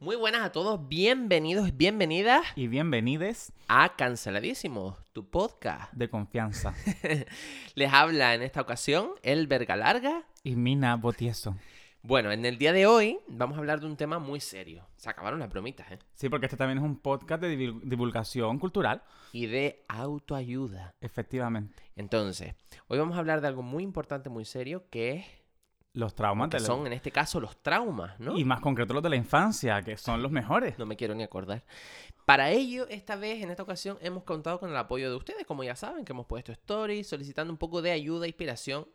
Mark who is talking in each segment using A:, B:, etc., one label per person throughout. A: Muy buenas a todos, bienvenidos, bienvenidas
B: Y bienvenides
A: a Canceladísimos, tu podcast.
B: de confianza.
A: Les habla en esta ocasión el Verga Larga.
B: Y Mina Botieso.
A: Bueno, en el día de hoy vamos a hablar de un tema muy serio. Se acabaron las bromitas, ¿eh?
B: Sí, porque este también es un podcast de divul- divulgación cultural.
A: Y de autoayuda.
B: Efectivamente.
A: Entonces, hoy vamos a hablar de algo muy importante, muy serio, que es
B: Los traumas
A: que
B: de la-
A: son en este caso los traumas, ¿no?
B: Y más concreto los de la infancia, que son los mejores.
A: No me quiero ni acordar. Para ello, esta vez, en esta ocasión, hemos contado con el apoyo de ustedes, como ya saben, que hemos puesto stories solicitando un poco de ayuda, e inspiración,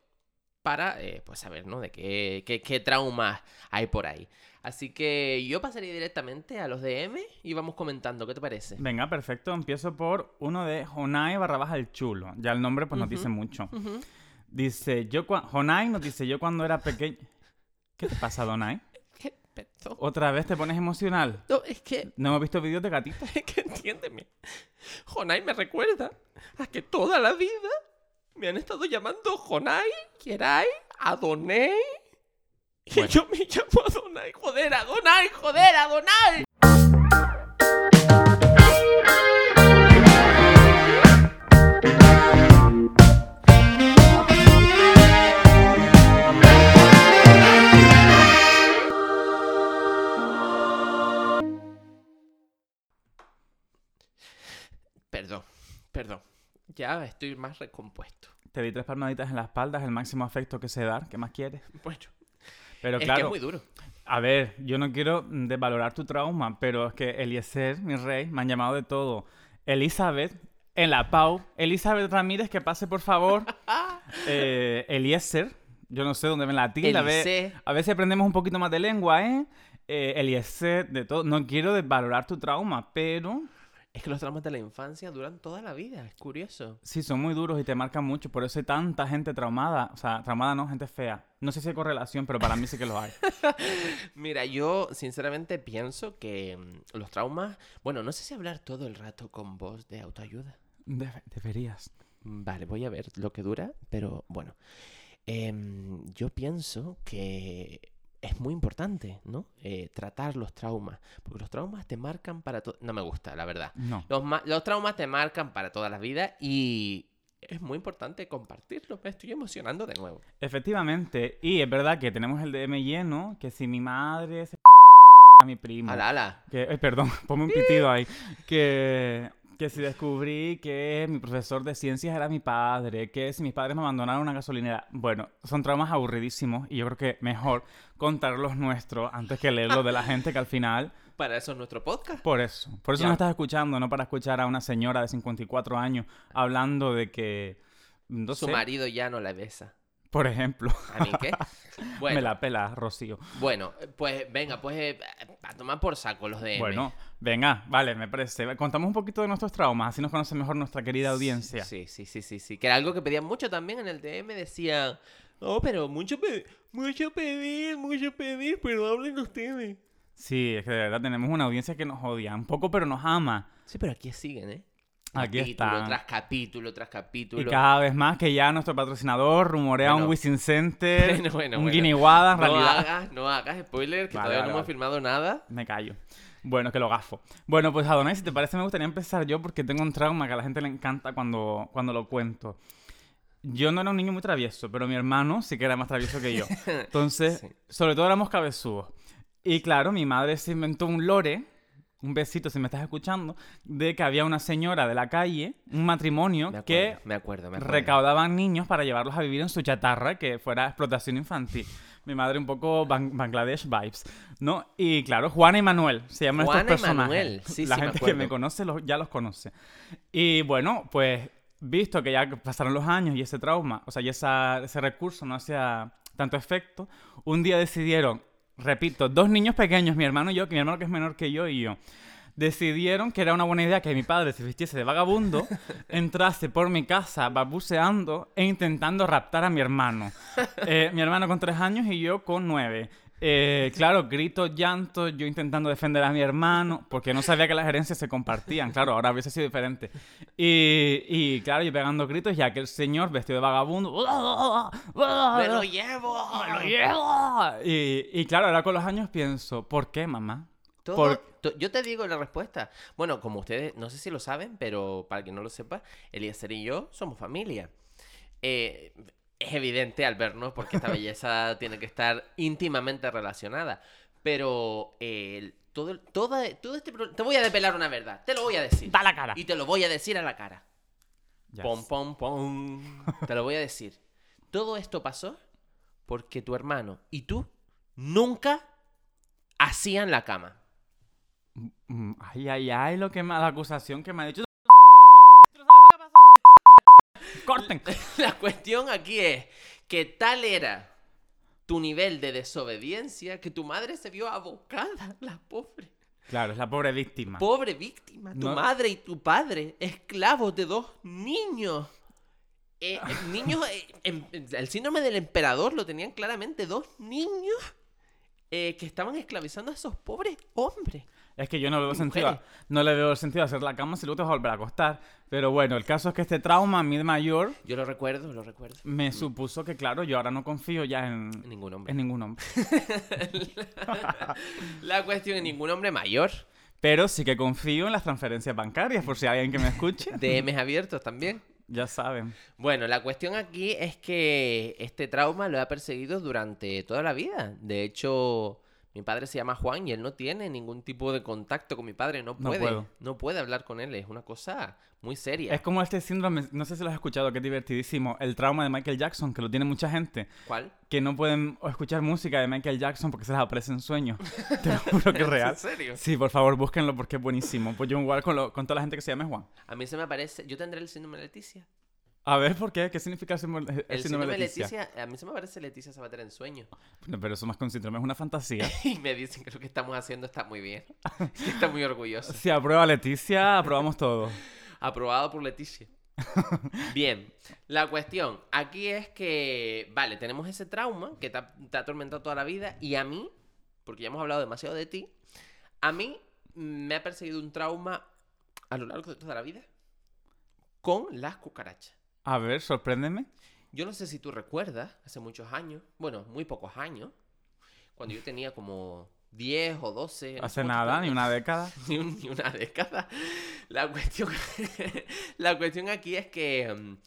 A: para eh, pues saber, ¿no? De qué, qué, qué traumas hay por ahí. Así que yo pasaría directamente a los DM y vamos comentando, ¿qué te parece?
B: Venga, perfecto. Empiezo por uno de Jonai barra baja el chulo. Ya el nombre pues nos dice mucho.
A: Ujú.
B: Dice, yo cua- Jonai nos dice, yo cuando era pequeño... ¿Qué te pasa, Donai?
A: ¿Qué pedo?
B: ¿Otra vez te pones emocional?
A: No, es que,
B: ¿No hemos visto vídeos de gatitos?
A: es que entiéndeme. Jonai me recuerda a que toda la vida me han estado llamando Jonai, Kierai, Adonai. Y
B: Bueno.
A: yo me llamo Adonai, joder, Adonai, joder, Adonai. Perdón, perdón. Ya estoy más recompuesto.
B: Te di tres palmaditas en la espalda, es el máximo afecto que sé dar. ¿Qué más quieres?
A: Bueno,
B: Pero
A: es que
B: claro,
A: es muy duro.
B: A ver, yo no quiero mm, desvalorar tu trauma, pero es que Eliezer, mi rey, me han llamado de todo. Elizabeth, en la Pau. Elizabeth Ramírez, que pase, por favor. Eh, Eliezer, yo no sé dónde ven la tilde. A ver,
A: Elise,
B: a ver si aprendemos un poquito más de lengua, ¿eh? Eh, Eliezer, de todo. No quiero desvalorar tu trauma, pero
A: es que los traumas de la infancia duran toda la vida, es curioso.
B: sí, son muy duros y te marcan mucho. Por eso hay tanta gente traumada. O sea, traumada no, gente fea. No sé si hay correlación, pero para mí sí que lo hay.
A: Mira, yo sinceramente pienso que mm, los traumas, bueno, no sé si hablar todo el rato con voz de autoayuda.
B: Debe- deberías.
A: Vale, voy a ver lo que dura, pero bueno. Em, yo pienso que es muy importante, ¿no? Eh, tratar los traumas, porque los traumas te marcan para todo... No me gusta, la verdad.
B: No.
A: Los, ma- los traumas te marcan para toda la vida y es muy importante compartirlos. Me estoy emocionando de nuevo.
B: Efectivamente, y es verdad que tenemos el DM lleno, que si mi madre se a mi primo,
A: Ala, ala.
B: que, ay, perdón, ponme un pitido ahí, que, que si descubrí que mi profesor de ciencias era mi padre, que si mis padres me abandonaron en una gasolinera, bueno, son traumas aburridísimos y yo creo que mejor contar los nuestros antes que leer los de la gente que al final,
A: Para eso es nuestro podcast.
B: por eso, por eso
A: Ya.
B: no estás escuchando, no para escuchar a una señora de 54 años hablando de que, no
A: Su
B: sé,
A: marido ya no la besa.
B: por ejemplo,
A: ¿A mí qué? Bueno,
B: me la pela, Rocío.
A: bueno, pues venga, pues eh, a tomar por saco los de
B: Bueno, venga, vale, me parece. Contamos un poquito de nuestros traumas, así nos conoce mejor nuestra querida audiencia.
A: Sí, sí, sí, sí, sí. Que era algo que pedían mucho también en el DM. Decían, no, pero mucho, pe- mucho pedir, mucho pedir, pero hablen ustedes.
B: Sí, es que de verdad tenemos una audiencia que nos odia un poco, pero nos ama.
A: Sí, pero aquí siguen, ¿eh?
B: Aquí
A: capítulo
B: está.
A: tras capítulo, tras
B: Y
A: capítulo.
B: cada vez más que ya nuestro patrocinador rumorea
A: Bueno.
B: un Wisin Center,
A: Bueno, bueno,
B: un
A: bueno.
B: Guinewada, en
A: no
B: realidad.
A: hagas, no hagas spoiler, que
B: Vale,
A: todavía
B: vale,
A: no hemos
B: vale.
A: firmado nada.
B: Me callo. Bueno, que lo gafo. Bueno, pues Adonai, si te parece, me gustaría empezar yo porque tengo un trauma que a la gente le encanta cuando, cuando lo cuento. Yo no era un niño muy travieso, pero mi hermano sí que era más travieso que yo. Entonces,
A: Sí.
B: sobre todo éramos cabezudos. Y claro, mi madre se inventó un lore, un besito si me estás escuchando, de que había una señora de la calle, un matrimonio,
A: Me acuerdo,
B: que
A: me acuerdo, me acuerdo.
B: recaudaban niños para llevarlos a vivir en su chatarra, que fuera explotación infantil. Mi madre un poco Ban- Bangladesh vibes, ¿no? Y claro, Juana y Manuel, se llaman
A: Juana y
B: estos personajes.
A: Manuel, sí,
B: La
A: sí, me
B: gente que
A: acuerdo.
B: me conoce los- ya los conoce. Y bueno, pues visto que ya pasaron los años y ese trauma, o sea, y esa- ese recurso no hacía tanto efecto, un día decidieron, repito, dos niños pequeños, mi hermano y yo, que mi hermano que es menor que yo y yo, decidieron que era una buena idea que mi padre se vistiese de vagabundo, entrase por mi casa babuceando e intentando raptar a mi hermano. Eh, mi hermano con tres años y yo con nueve. Eh, claro, gritos, llantos, yo intentando defender a mi hermano, porque no sabía que las herencias se compartían, claro, ahora hubiese sido diferente. Y, y claro, yo pegando gritos y aquel señor vestido de vagabundo... ¡Ah,
A: ¡Me lo llevo!
B: ¡Me lo llevo! Y, y claro, ahora con los años pienso, ¿por qué, mamá?
A: Todo-
B: Por-
A: to- yo te digo la respuesta. Bueno, como ustedes, no sé si lo saben, pero para quien no lo sepa, Eliezer y yo somos familia. Eh, es evidente al vernos porque esta belleza tiene que estar íntimamente relacionada. Pero eh, el- todo, el- toda- todo este... pro- Te voy a depelar una verdad, te lo voy a decir.
B: Da la cara.
A: Y te lo voy a decir a la cara.
B: Yes.
A: Pom, pom, pom. Te lo voy a decir. Todo esto pasó porque tu hermano y tú nunca hacían la cama.
B: Mm, Ay, ay, ay, lo que me, la acusación que me ha dicho. Corten.
A: La cuestión aquí es que tal era tu nivel de desobediencia que tu madre se vio abocada, la pobre.
B: Claro, es la pobre víctima.
A: Pobre víctima. Tu
B: No.
A: madre y tu padre, esclavos de dos niños. Eh, eh, niños, eh, em- em- el síndrome del emperador lo tenían claramente dos niños eh, que estaban esclavizando a esos pobres hombres.
B: Es que yo no veo
A: Mujeres.
B: sentido, a- no le veo sentido hacer la cama si luego te vas a volver a acostar. Pero bueno, el caso es que este trauma a mí de mayor
A: Yo lo recuerdo, lo recuerdo.
B: me supuso que, claro, yo ahora no confío ya Mm. en,
A: Ningún hombre.
B: en ningún hombre.
A: La cuestión es ningún hombre mayor.
B: Pero sí que confío en las transferencias bancarias, por si hay alguien que me escuche.
A: DMs abiertos también.
B: Ya saben.
A: Bueno, la cuestión aquí es que este trauma lo ha perseguido durante toda la vida. De hecho, mi padre se llama Juan y él no tiene ningún tipo de contacto con mi padre. No
B: No
A: puede. No,
B: puedo.
A: puede hablar con él. Es una cosa muy seria.
B: Es como este síndrome, no sé si lo has escuchado, que es divertidísimo, el trauma de Michael Jackson, que lo tiene mucha gente.
A: ¿Cuál?
B: que no pueden escuchar música de Michael Jackson porque se les aparecen sueños. Te lo juro que es real.
A: ¿En serio?
B: Sí, por favor, búsquenlo porque es buenísimo. Pues yo igual con, lo- con toda la gente que se llame Juan.
A: A mí se me aparece... Yo tendré el síndrome de Leticia.
B: A ver, ¿por qué? ¿Qué significa el, símbolo- el
A: El
B: síndrome de Leticia?
A: A mí se me aparece Leticia Sabater en sueño.
B: No, pero eso más que un síndrome, es una fantasía.
A: Y me dicen que lo que estamos haciendo está muy bien. Está muy orgulloso.
B: Si aprueba Leticia, aprobamos todo.
A: Aprobado por Leticia. Bien, la cuestión aquí es que, vale, tenemos ese trauma que te ha, te ha atormentado toda la vida y a mí, porque ya hemos hablado demasiado de ti, a mí me ha perseguido un trauma a lo largo de toda la vida con las cucarachas.
B: A ver, sorpréndeme.
A: Yo no sé si tú recuerdas, hace muchos años, bueno, muy pocos años, cuando yo tenía como 10 o 12. no sé
B: Hace
A: cuántos
B: nada, ni
A: años
B: una década.
A: ni, un- ni una década. La cuestión, la cuestión aquí es que mm,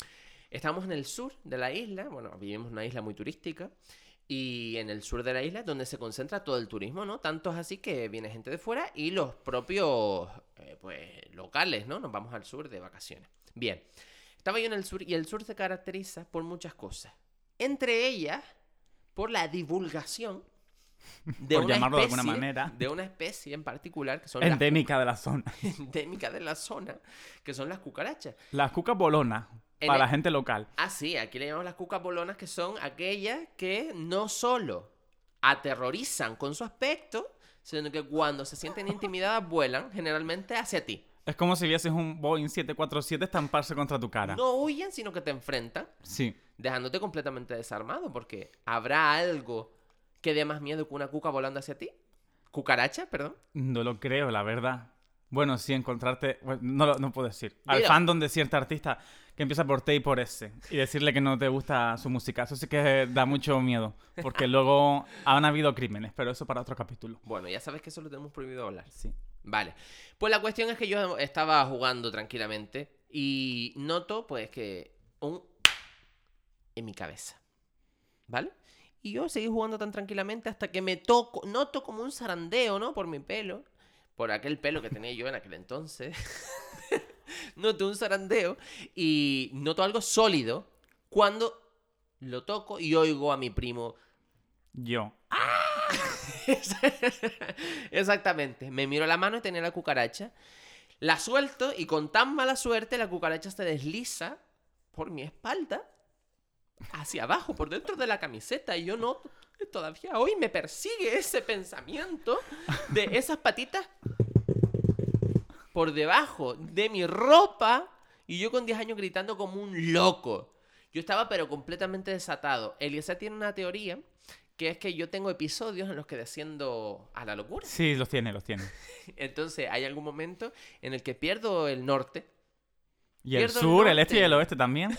A: estamos en el sur de la isla, bueno, vivimos en una isla muy turística, y en el sur de la isla es donde se concentra todo el turismo, ¿no? Tanto es así que viene gente de fuera y los propios, eh, pues, locales, ¿no? Nos vamos al sur de vacaciones. Bien, estaba yo en el sur y el sur se caracteriza por muchas cosas. Entre ellas, por la divulgación de
B: Por
A: una
B: llamarlo de alguna
A: especie-
B: manera.
A: de una especie en particular que son las
B: Endémica de la zona.
A: endémica de la zona, que son las cucarachas.
B: Las cucas bolonas,
A: En
B: para
A: el-
B: la gente local.
A: Ah, sí, aquí le llamamos las cucas bolonas, que son aquellas que no solo aterrorizan con su aspecto, sino que cuando se sienten intimidadas vuelan generalmente hacia ti.
B: Es como si vieses un Boeing 747 estamparse contra tu cara.
A: No huyen, sino que te enfrentan,
B: Sí.
A: dejándote completamente desarmado, porque habrá algo que dé más miedo que una cuca volando hacia ti. Cucaracha, perdón.
B: No lo creo, la verdad. Bueno, sí, encontrarte. bueno, no, lo- no puedo decir. Al
A: Dilo.
B: fandom de cierta artista que empieza por T y por S. Y decirle que no te gusta su música. Eso sí que da mucho miedo. Porque luego han habido crímenes, pero eso para otro capítulo.
A: Bueno, ya sabes que eso lo tenemos prohibido hablar.
B: Sí.
A: Vale. Pues la cuestión es que yo estaba jugando tranquilamente y noto, pues, que un en mi cabeza. ¿Vale? Y yo seguí jugando tan tranquilamente hasta que me toco, noto como un zarandeo, ¿no? Por mi pelo, por aquel pelo que tenía yo en aquel entonces. noto un zarandeo y noto algo sólido cuando lo toco y oigo a mi primo
B: Yo.
A: Exactamente. Me miro la mano y tenía la cucaracha. La suelto y con tan mala suerte la cucaracha se desliza por mi espalda hacia abajo, por dentro de la camiseta. Y yo no, todavía hoy me persigue ese pensamiento de esas patitas por debajo de mi ropa. Y yo con 10 años gritando como un loco. Yo estaba pero completamente desatado. Eliezer tiene una teoría que es que yo tengo episodios en los que desciendo a la locura.
B: Sí, los tiene, los tiene.
A: Entonces hay algún momento en el que pierdo el norte,
B: Y el
A: Pierdo el
B: sur, el este y
A: norte.
B: el oeste también.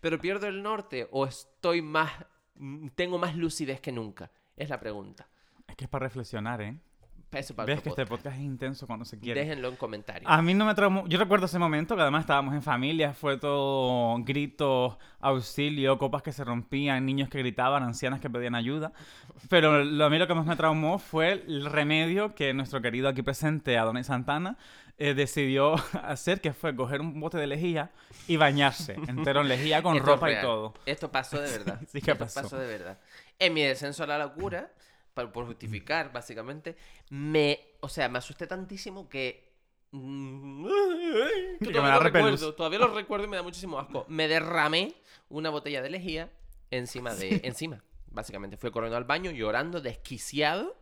A: pero pierdo el norte o estoy más, mm, tengo más lucidez que nunca. Es la pregunta.
B: Es que es para reflexionar, ¿eh?
A: Eso para
B: Ves
A: otro
B: que este
A: podcast.
B: podcast es intenso cuando se quiere.
A: Déjenlo en comentarios.
B: A mí no me traumó. Yo recuerdo ese momento que además estábamos en familia, fue todo gritos, auxilio, copas que se rompían, niños que gritaban, ancianas que pedían ayuda. Pero lo, a mí lo que más me traumó fue el remedio que nuestro querido aquí presente, Adonai Santana, eh, decidió hacer, que fue coger un bote de lejía y bañarse entero en lejía con
A: Esto es
B: ropa y
A: real.
B: todo.
A: Esto pasó de verdad.
B: Sí que
A: Esto
B: pasó.
A: de verdad. En mi descenso a la locura, pa- por justificar, básicamente, me. O sea, me asusté tantísimo que. mm, que
B: Que me
A: todavía
B: da
A: lo
B: repelús.
A: recuerdo, todavía lo recuerdo y me da muchísimo asco. Me derramé una botella de lejía encima de. encima. Básicamente fui corriendo al baño llorando, desquiciado.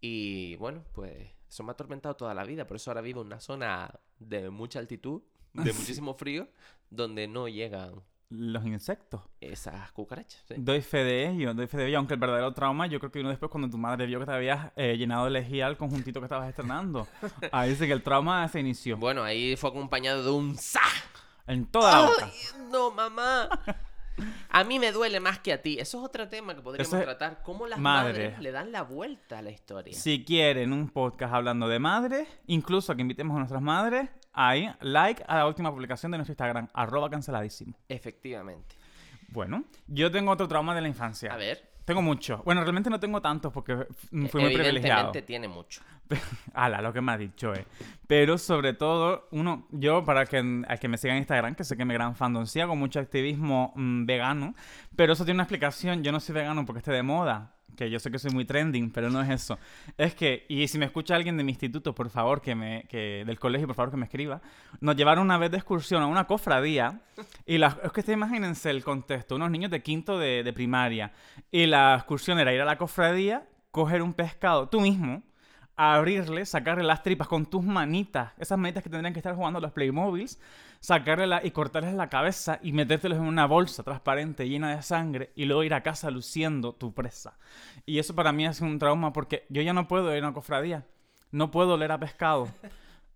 A: Y bueno, pues eso me ha atormentado toda la vida. Por eso ahora vivo en una zona de mucha altitud, de muchísimo frío, donde no llegan
B: Los insectos.
A: esas cucarachas. sí.
B: Doy fe de ello, doy fe de ello, aunque el verdadero trauma yo creo que vino después cuando tu madre vio que te habías eh, llenado de lejía al conjuntito que estabas estrenando. Ahí dice que el trauma se inició.
A: Bueno, ahí fue acompañado de un ¡sa!
B: En toda la boca.
A: ¡Ay, no, mamá! A mí me duele más que a ti. Eso es otro tema que podríamos
B: Eso es-
A: tratar. ¿Cómo las
B: Madre.
A: madres le dan la vuelta a la historia?
B: Si quieren un podcast hablando de madres, incluso que invitemos a nuestras madres, ahí, like a la última publicación de nuestro Instagram, arroba canceladísimo.
A: Efectivamente.
B: Bueno, yo tengo otro trauma de la infancia.
A: A ver,
B: Tengo muchos. Bueno, realmente no tengo tantos porque mm, fui muy privilegiado.
A: evidentemente tiene mucho.
B: Ala, lo que me ha dicho, eh. Pero sobre todo, uno, yo para que, a que me sigan en Instagram, que sé que me gran fandom, sí hago mucho activismo mm, vegano, pero eso tiene una explicación, yo no soy vegano porque esté de moda, que yo sé que soy muy trending, pero no es eso. Es que, y si me escucha alguien de mi instituto, por favor, que me, que, del colegio, por favor, que me escriba, nos llevaron una vez de excursión a una cofradía, y las, es que ustedes imagínense el contexto, unos niños de quinto de, de primaria, y la excursión era ir a la cofradía, coger un pescado, tú mismo, abrirle, sacarle las tripas con tus manitas, esas manitas que tendrían que estar jugando a los Playmobiles, sacarle la- y cortarles la cabeza y metértelos en una bolsa transparente llena de sangre y luego ir a casa luciendo tu presa. Y eso para mí es un trauma porque yo ya no puedo ir a una cofradía, no puedo oler a pescado,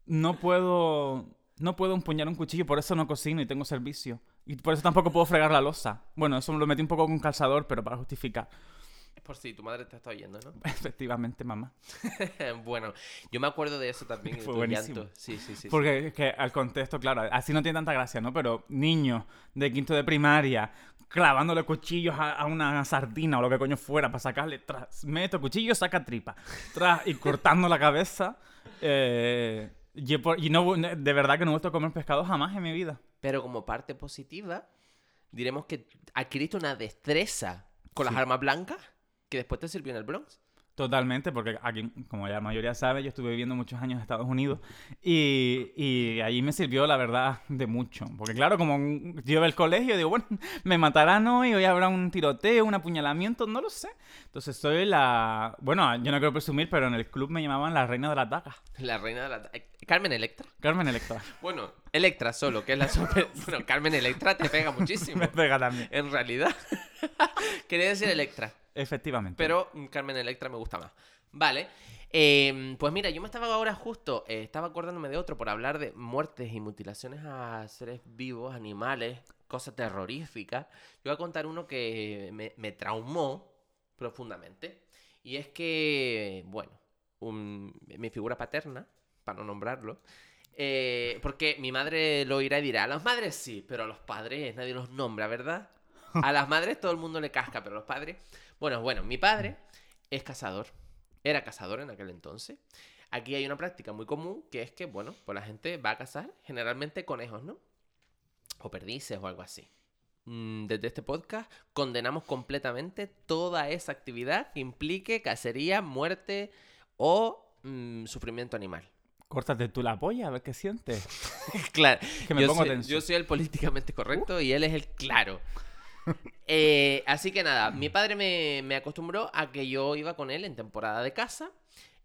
B: no puedo, no puedo empuñar un cuchillo, por eso no cocino y tengo servicio. Y por eso tampoco puedo fregar la losa. Bueno, eso me lo metí un poco con calzador, pero para justificar.
A: Por si tu madre te está oyendo, ¿no?
B: Efectivamente, mamá.
A: bueno, yo me acuerdo de eso también. de
B: Fue
A: tu
B: buenísimo.
A: llanto. Sí, sí, sí. sí.
B: Porque es que al contexto, claro, así no tiene tanta gracia, ¿no? Pero niños de quinto de primaria clavándole cuchillos a, a una sardina o lo que coño fuera para sacarle, tras, meto cuchillo, saca tripa, tras, y cortando la cabeza. eh, yo por- y no, de verdad que no he vuelto a comer pescado jamás en mi vida.
A: Pero como parte positiva, diremos que adquiriste una destreza con las
B: Sí.
A: armas blancas que después te sirvió en el Bronx.
B: Totalmente, porque aquí, como ya la mayoría sabe, yo estuve viviendo muchos años en Estados Unidos y, y ahí me sirvió, la verdad, de mucho. Porque claro, como un- yo iba al colegio, digo, bueno, me matarán hoy, hoy habrá un tiroteo, un apuñalamiento, no lo sé. Entonces soy la... Bueno, yo no quiero presumir, pero en el club me llamaban la reina de las dagas.
A: La reina de la... eh, Carmen Electra.
B: Carmen Electra.
A: Bueno, Electra solo, que es la super... Bueno, Carmen Electra te pega muchísimo.
B: me pega también.
A: En realidad. Quería decir Electra,
B: Efectivamente.
A: pero mm, Carmen Electra me gusta más. Vale. eh, pues mira, yo me estaba ahora justo, eh, estaba acordándome de otro por hablar de muertes y mutilaciones a seres vivos, animales, cosas terroríficas. Yo voy a contar uno que me, me traumó profundamente. Y es que, bueno, un- mi figura paterna, para no nombrarlo, eh, porque mi madre lo irá y dirá, a las madres sí, pero a los padres nadie los nombra, ¿verdad? A las madres todo el mundo le casca, pero a los padres... Bueno, bueno, mi padre es cazador, era cazador en aquel entonces. Aquí hay una práctica muy común que es que, bueno, pues la gente va a cazar generalmente conejos, ¿no? O perdices o algo así. Mm, Desde este podcast condenamos completamente toda esa actividad que implique cacería, muerte o mm, sufrimiento animal.
B: Córtate tú la polla, a ver qué sientes.
A: claro.
B: Que me
A: yo,
B: pongo
A: soy,
B: tenso.
A: yo soy el políticamente correcto y él es el claro. Eh, así que nada, mi padre me, me acostumbró a que yo iba con él en temporada de casa.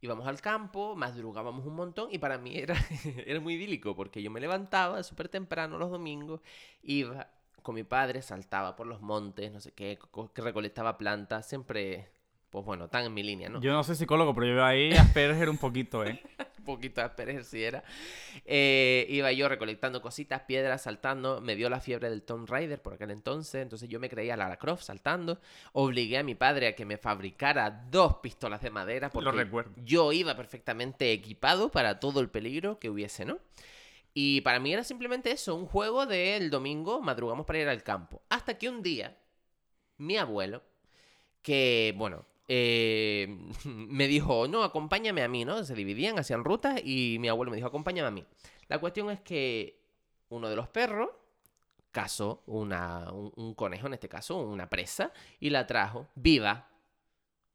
A: Íbamos al campo, madrugábamos un montón y para mí era, era muy idílico porque yo me levantaba súper temprano los domingos, iba con mi padre, saltaba por los montes, no sé qué, co- que recolectaba plantas, siempre, pues bueno, tan en mi línea, ¿no?
B: Yo no soy psicólogo, pero yo veo ahí a Asperger un poquito, ¿eh?
A: poquito Asperger si era. Eh, iba yo recolectando cositas, piedras, saltando. Me dio la fiebre del Tomb Raider por aquel entonces. Entonces yo me creía Lara Croft saltando. Obligué a mi padre a que me fabricara dos pistolas de madera. Porque
B: Lo recuerdo.
A: yo iba perfectamente equipado para todo el peligro que hubiese, ¿no? Y para mí era simplemente eso, un juego del domingo, madrugamos para ir al campo. Hasta que un día, mi abuelo, que, bueno, eh, me dijo, no, acompáñame a mí, ¿no? Se dividían, hacían rutas y mi abuelo me dijo, acompáñame a mí. La cuestión es que uno de los perros cazó una, un, un conejo, en este caso, una presa, y la trajo viva.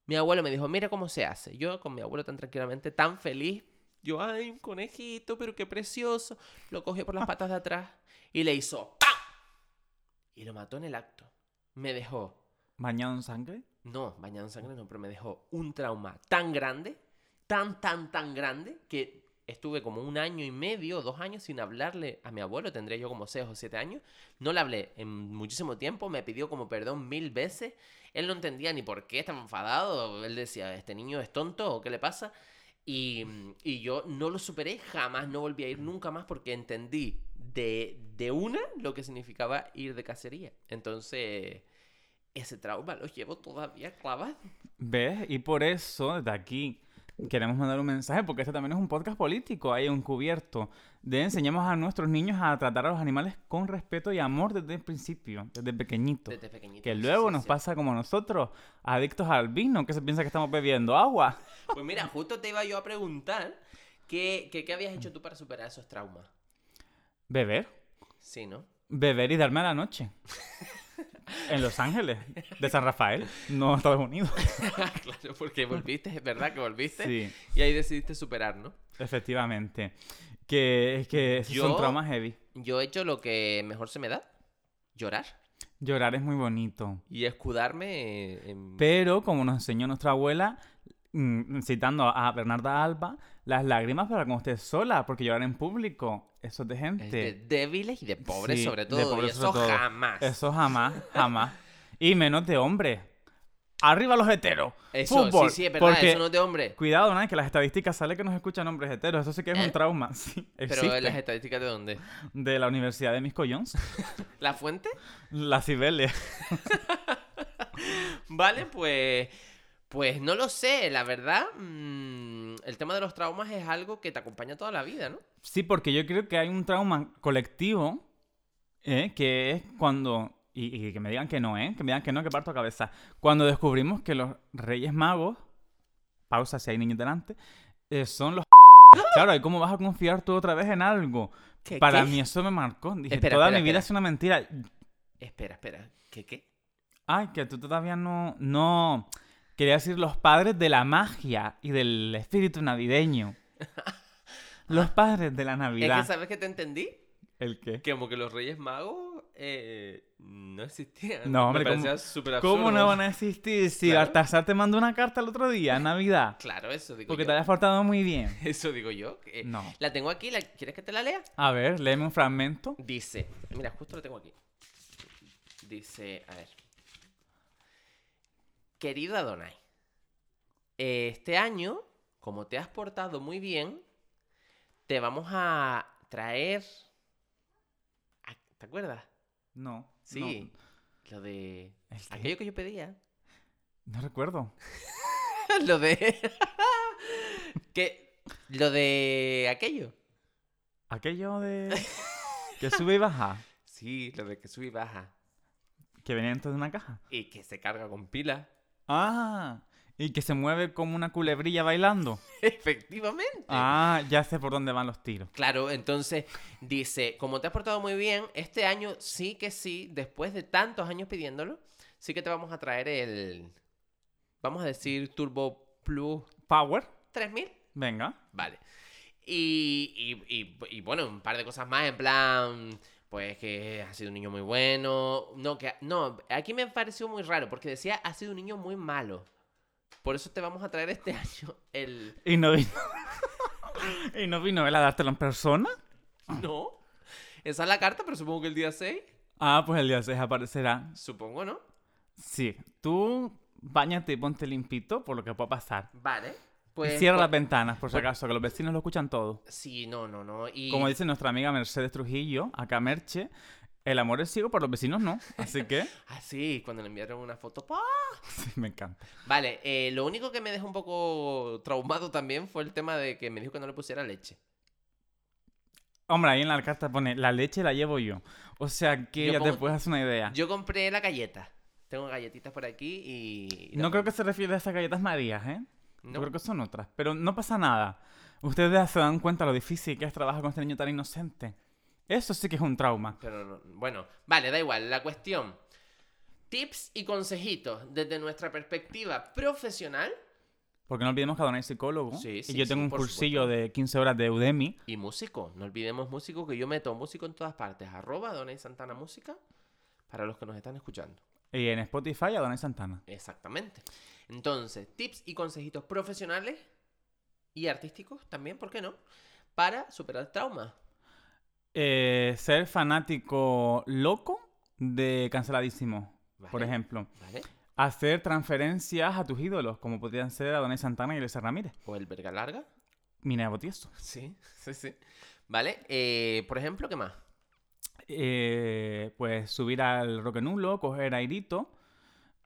A: Mi abuelo me dijo, mira cómo se hace. Yo con mi abuelo tan tranquilamente, tan feliz. Yo, ay, un conejito, pero qué precioso. Lo cogió por las patas de atrás y le hizo ¡pam! Y lo mató en el acto. Me dejó
B: ¿Bañado en sangre?
A: no, bañado en sangre no, pero me dejó un trauma tan grande, tan, tan, tan grande, que estuve como un año y medio, dos años sin hablarle a mi abuelo, tendría yo como seis o siete años, no le hablé en muchísimo tiempo, me pidió como perdón mil veces, él no entendía ni por qué estaba enfadado, él decía, este niño es tonto, ¿o qué le pasa? Y, y yo no lo superé jamás, no volví a ir nunca más porque entendí de, de una lo que significaba ir de cacería. Entonces, ese trauma lo llevo todavía clavado.
B: ¿Ves? Y por eso, desde aquí, queremos mandar un mensaje, porque este también es un podcast político, hay un cubierto, de enseñamos a nuestros niños a tratar a los animales con respeto y amor desde el principio, desde pequeñito.
A: Desde pequeñito.
B: Que
A: sí,
B: luego
A: sí,
B: nos
A: sí.
B: pasa como nosotros, adictos al vino, que se piensa que estamos bebiendo agua.
A: Pues mira, justo te iba yo a preguntar qué, qué, qué habías hecho tú para superar esos traumas.
B: Beber.
A: Sí, ¿no?
B: Beber y darme a la noche. en Los Ángeles, de San Rafael, no Estados Unidos.
A: claro, porque volviste, es verdad que volviste.
B: Sí,
A: Y ahí decidiste superar, ¿no?
B: efectivamente. Que es que esos
A: Yo-
B: son traumas heavy.
A: Yo he hecho lo que mejor se me da, llorar
B: Llorar es muy bonito.
A: y escudarme en...
B: Pero, como nos enseñó nuestra abuela, mm, citando a Bernarda Alba, las lágrimas para cuando estés sola, porque llorar en público, eso es de
A: Es
B: gente.
A: de este, débiles y de pobres
B: Sí,
A: sobre
B: de
A: todo.
B: pobres
A: y
B: sobre
A: eso
B: todo.
A: jamás.
B: Eso jamás, jamás. Y menos de hombre. Arriba los heteros.
A: Eso,
B: Fútbol,
A: sí, sí, es verdad,
B: porque-
A: eso no es de hombre.
B: Cuidado, nada, que las estadísticas sale que nos escuchan hombres heteros. Eso sí que es
A: ¿Eh?
B: un trauma. Sí,
A: Pero
B: existe.
A: las estadísticas de dónde?
B: De la Universidad de Miscollons,
A: ¿La fuente?
B: la Cibeles.
A: Vale, pues. Pues no lo sé, la verdad. mm, el tema de los traumas es algo que te acompaña toda la vida, ¿no?
B: Sí, porque yo creo que hay un trauma colectivo ¿eh? que es cuando. Y, y que me digan que no, ¿eh? Que me digan que no, que parto cabeza. Cuando descubrimos que los Reyes Magos. Pausa si hay niños delante. eh, son los. Claro, ¿y cómo vas a confiar tú otra vez en algo?
A: ¿Qué,
B: Para
A: qué?
B: mí eso me marcó. Dije,
A: Espera,
B: toda
A: espera,
B: mi vida
A: espera.
B: es una mentira.
A: Espera, espera. ¿Qué qué?
B: Ay, que tú todavía no. No. Quería decir los padres de la magia y del espíritu navideño. Los padres de la Navidad.
A: Es que sabes que te entendí.
B: ¿El qué?
A: Que como que los Reyes Magos eh, no existían.
B: No, hombre,
A: Me
B: ¿cómo-
A: parecía súper
B: ¿Cómo
A: absurdo.
B: no van a existir si
A: Claro.
B: Baltasar te mandó una carta el otro día, en Navidad?
A: Claro, eso digo
B: Porque
A: yo.
B: te Mm. habías portado muy bien.
A: Eso digo yo. que-
B: No.
A: La tengo aquí, la... ¿quieres que te la lea?
B: A ver, léeme un fragmento.
A: Dice, mira, justo lo tengo aquí. Dice, a ver. Querido Adonai, eh, este año, como te has portado muy bien, te vamos a traer... a- ¿Te acuerdas?
B: No.
A: Sí. Lo de...
B: No, ¿El qué?
A: Aquello que yo pedía.
B: No recuerdo.
A: lo de... que... Lo de aquello.
B: Aquello de. que sube y baja.
A: Sí, lo de que sube y baja.
B: Que venía dentro de una caja.
A: Y que se carga con pila.
B: Ah. Y que se mueve como una culebrilla bailando.
A: Efectivamente.
B: Ah, ya sé por dónde van los tiros.
A: Claro, entonces dice, como te has portado muy bien, este año sí que sí, después de tantos años pidiéndolo, sí que te vamos a traer el, vamos a decir Turbo Plus
B: Power.
A: 3000.
B: Venga.
A: Vale. Y, y- y- y, bueno, un par de cosas más, en plan, pues que ha sido un niño muy bueno. No, que no, aquí me pareció muy raro, porque decía, ha sido un niño muy malo. Por eso te vamos a traer este año el...
B: Y no vino. y no vino él a dártelo en persona.
A: No. Esa es la carta, pero supongo que el día 6,
B: Ah, pues el día 6 aparecerá.
A: supongo, ¿no?
B: Sí. Tú bañate y ponte limpito por lo que pueda pasar.
A: Vale. Pues,
B: Cierra las
A: pues,
B: ventanas, por si acaso, que los vecinos lo escuchan todo.
A: Sí, no, no, no. Y...
B: Como dice nuestra amiga Mercedes Trujillo, acá Merche, el amor es ciego, por los vecinos no. Así que,
A: Ah, sí, cuando le enviaron una foto. ¡pa!
B: sí, me encanta.
A: Vale, eh, lo único que me dejó un poco traumado también fue el tema de que me dijo que no le pusiera leche.
B: Hombre, ahí en la carta pone, la leche la llevo yo. O sea que
A: Yo
B: ya te
A: pongo-
B: puedes hacer una idea.
A: Yo compré la galleta. Tengo galletitas por aquí y... y
B: No
A: la-
B: creo que se refiere a esas galletas marías, ¿eh?
A: No.
B: Yo creo que son otras. Pero no pasa nada. Ustedes se dan cuenta lo difícil que es trabajar con este niño tan inocente. Eso sí que es un trauma.
A: Pero no- bueno, vale, da igual. La cuestión. Tips y consejitos desde nuestra perspectiva profesional
B: Porque no olvidemos que Adonai es psicólogo.
A: Sí, sí,
B: y yo
A: sí,
B: tengo un
A: por
B: cursillo de 15 horas de Udemy.
A: y músico. No olvidemos músico, que yo meto músico en todas partes. Arroba Donay Santana Música para los que nos están escuchando.
B: Y en Spotify, Adonai Santana.
A: Exactamente. Entonces, tips y consejitos profesionales y artísticos también, ¿por qué no? Para superar traumas.
B: Eh, ser fanático loco de Canceladísimo, por
A: Vale,
B: ejemplo.
A: ¿Vale?
B: Hacer transferencias a tus ídolos, como podrían ser Adonai Santana y Luis Ramírez.
A: O el verga larga.
B: Mina Botiesto.
A: Sí, sí, sí. ¿Vale? Eh, por ejemplo, ¿qué más?
B: Eh, pues subir al Roque Nulo, coger airito.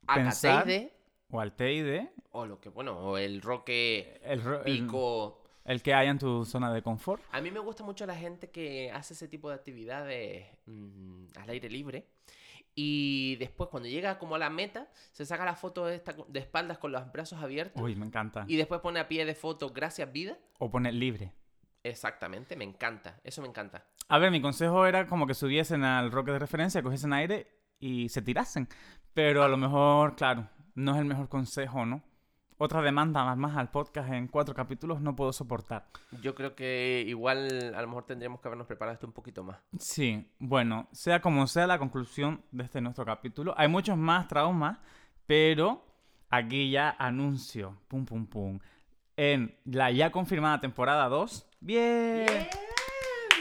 B: Pensar-
A: Acateide
B: O al Teide.
A: o lo que, bueno, o el roque
B: El, ro- el-
A: pico.
B: el que haya en tu zona de confort.
A: A mí me gusta mucho la gente que hace ese tipo de actividades mm, al aire libre. Y después, cuando llega como a la meta, se saca la foto de, esta- de espaldas con los brazos abiertos.
B: Uy, me encanta.
A: Y después pone a pie de foto, gracias vida.
B: O poner libre.
A: Exactamente, me encanta. Eso me encanta.
B: A ver, mi consejo era como que subiesen al roque de referencia, cogiesen aire y se tirasen. Pero a lo mejor, claro, no es el mejor consejo, ¿no? Otra demanda más, más al podcast en cuatro capítulos no puedo soportar.
A: Yo creo que igual a lo mejor tendríamos que habernos preparado esto un poquito más.
B: Sí, bueno, sea como sea la conclusión de este nuestro capítulo. Hay muchos más traumas, pero aquí ya anuncio, pum, pum, pum, en la ya confirmada temporada 2. ¡Bien!
A: Bien,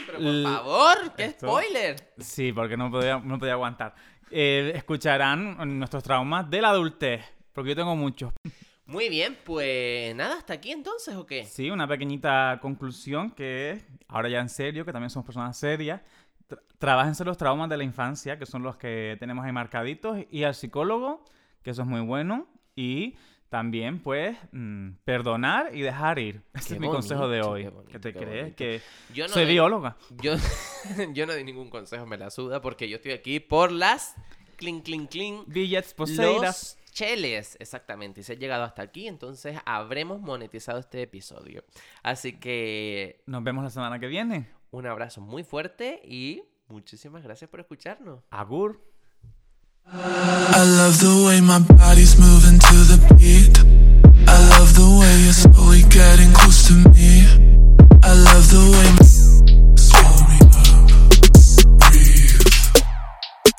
A: Pero por
B: L-
A: favor, qué
B: esto-
A: spoiler.
B: Sí, porque no podía, no podía aguantar. Eh, escucharán nuestros traumas de la adultez, porque yo tengo muchos.
A: Muy bien, pues nada, hasta aquí entonces, ¿o qué?
B: Sí, una pequeñita conclusión que es, ahora ya en serio, que también somos personas serias, tra- trabajense los traumas de la infancia, que son los que tenemos ahí marcaditos, y al psicólogo, que eso es muy bueno, y también pues mm, perdonar y dejar ir. Ese
A: Qué
B: es mi consejo de
A: bonito,
B: hoy.
A: qué
B: ¿Qué,
A: bonito,
B: te
A: qué
B: crees?
A: bonito.
B: Que
A: Yo
B: soy
A: doy-
B: bióloga.
A: Yo, yo no doy ningún consejo, me la suda, porque yo estoy aquí por las clink, clink, clink.
B: Billets poseidas.
A: Los cheles, exactamente. Y si has llegado hasta aquí, entonces habremos monetizado este episodio. Así que
B: Nos vemos la semana que viene.
A: un abrazo muy fuerte y muchísimas gracias por escucharnos.
B: Agur.
C: I love the way my body's moving to the beat. I love the way you're slowly getting close to me. I love the way my swallow me up. Breathe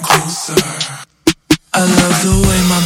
C: closer. I love the way my